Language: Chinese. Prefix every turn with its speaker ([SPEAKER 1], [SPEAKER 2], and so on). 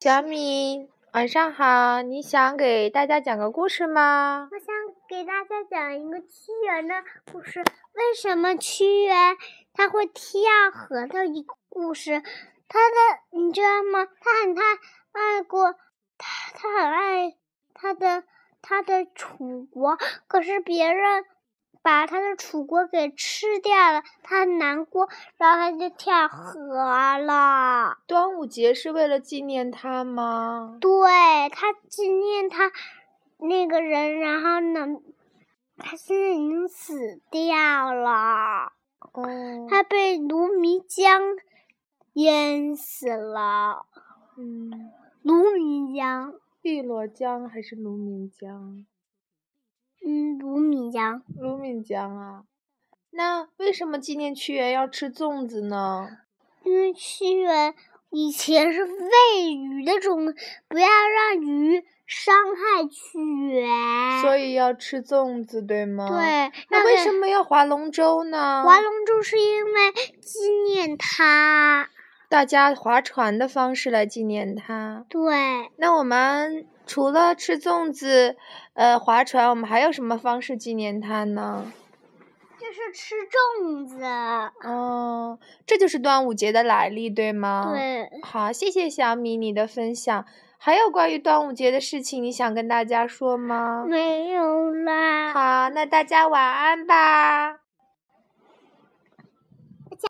[SPEAKER 1] 小米，晚上好，你想给大家讲个故事吗？
[SPEAKER 2] 我想给大家讲一个屈原的故事。为什么屈原他会跳河的一个故事？他的你知道吗？他很爱爱过他，他很爱他的他的楚国，可是别人把他的楚国给吃掉了，他很难过，然后他就跳河了。
[SPEAKER 1] 端午节是为了纪念他吗？
[SPEAKER 2] 对他纪念他那个人，然后呢，他现在已经死掉了，
[SPEAKER 1] 哦，
[SPEAKER 2] 他被卢米江淹死了。
[SPEAKER 1] 嗯，
[SPEAKER 2] 卢米江，
[SPEAKER 1] 汨罗江还是卢沠江？
[SPEAKER 2] 嗯，卢米江，
[SPEAKER 1] 卢沠江啊。那为什么纪念屈原要吃粽子呢？
[SPEAKER 2] 因为屈原以前是喂鱼的种，不要让鱼伤害屈原。
[SPEAKER 1] 所以要吃粽子，对吗？。
[SPEAKER 2] 对，
[SPEAKER 1] 那为什
[SPEAKER 2] 么
[SPEAKER 1] 么要划龙舟呢？
[SPEAKER 2] 划龙舟是因为纪念他？
[SPEAKER 1] 大家划船的方式来纪念他。
[SPEAKER 2] 对。
[SPEAKER 1] 那我们除了吃粽子，呃，划船，我们还有什么方式纪念他呢？
[SPEAKER 2] 就是吃粽子，
[SPEAKER 1] 哦，这就是端午节的来历，对吗？。
[SPEAKER 2] 对，
[SPEAKER 1] 好，谢谢小米你的分享。还有关于端午节的事情，你想跟大家说吗？
[SPEAKER 2] 没有啦。
[SPEAKER 1] 好，那大家晚安吧。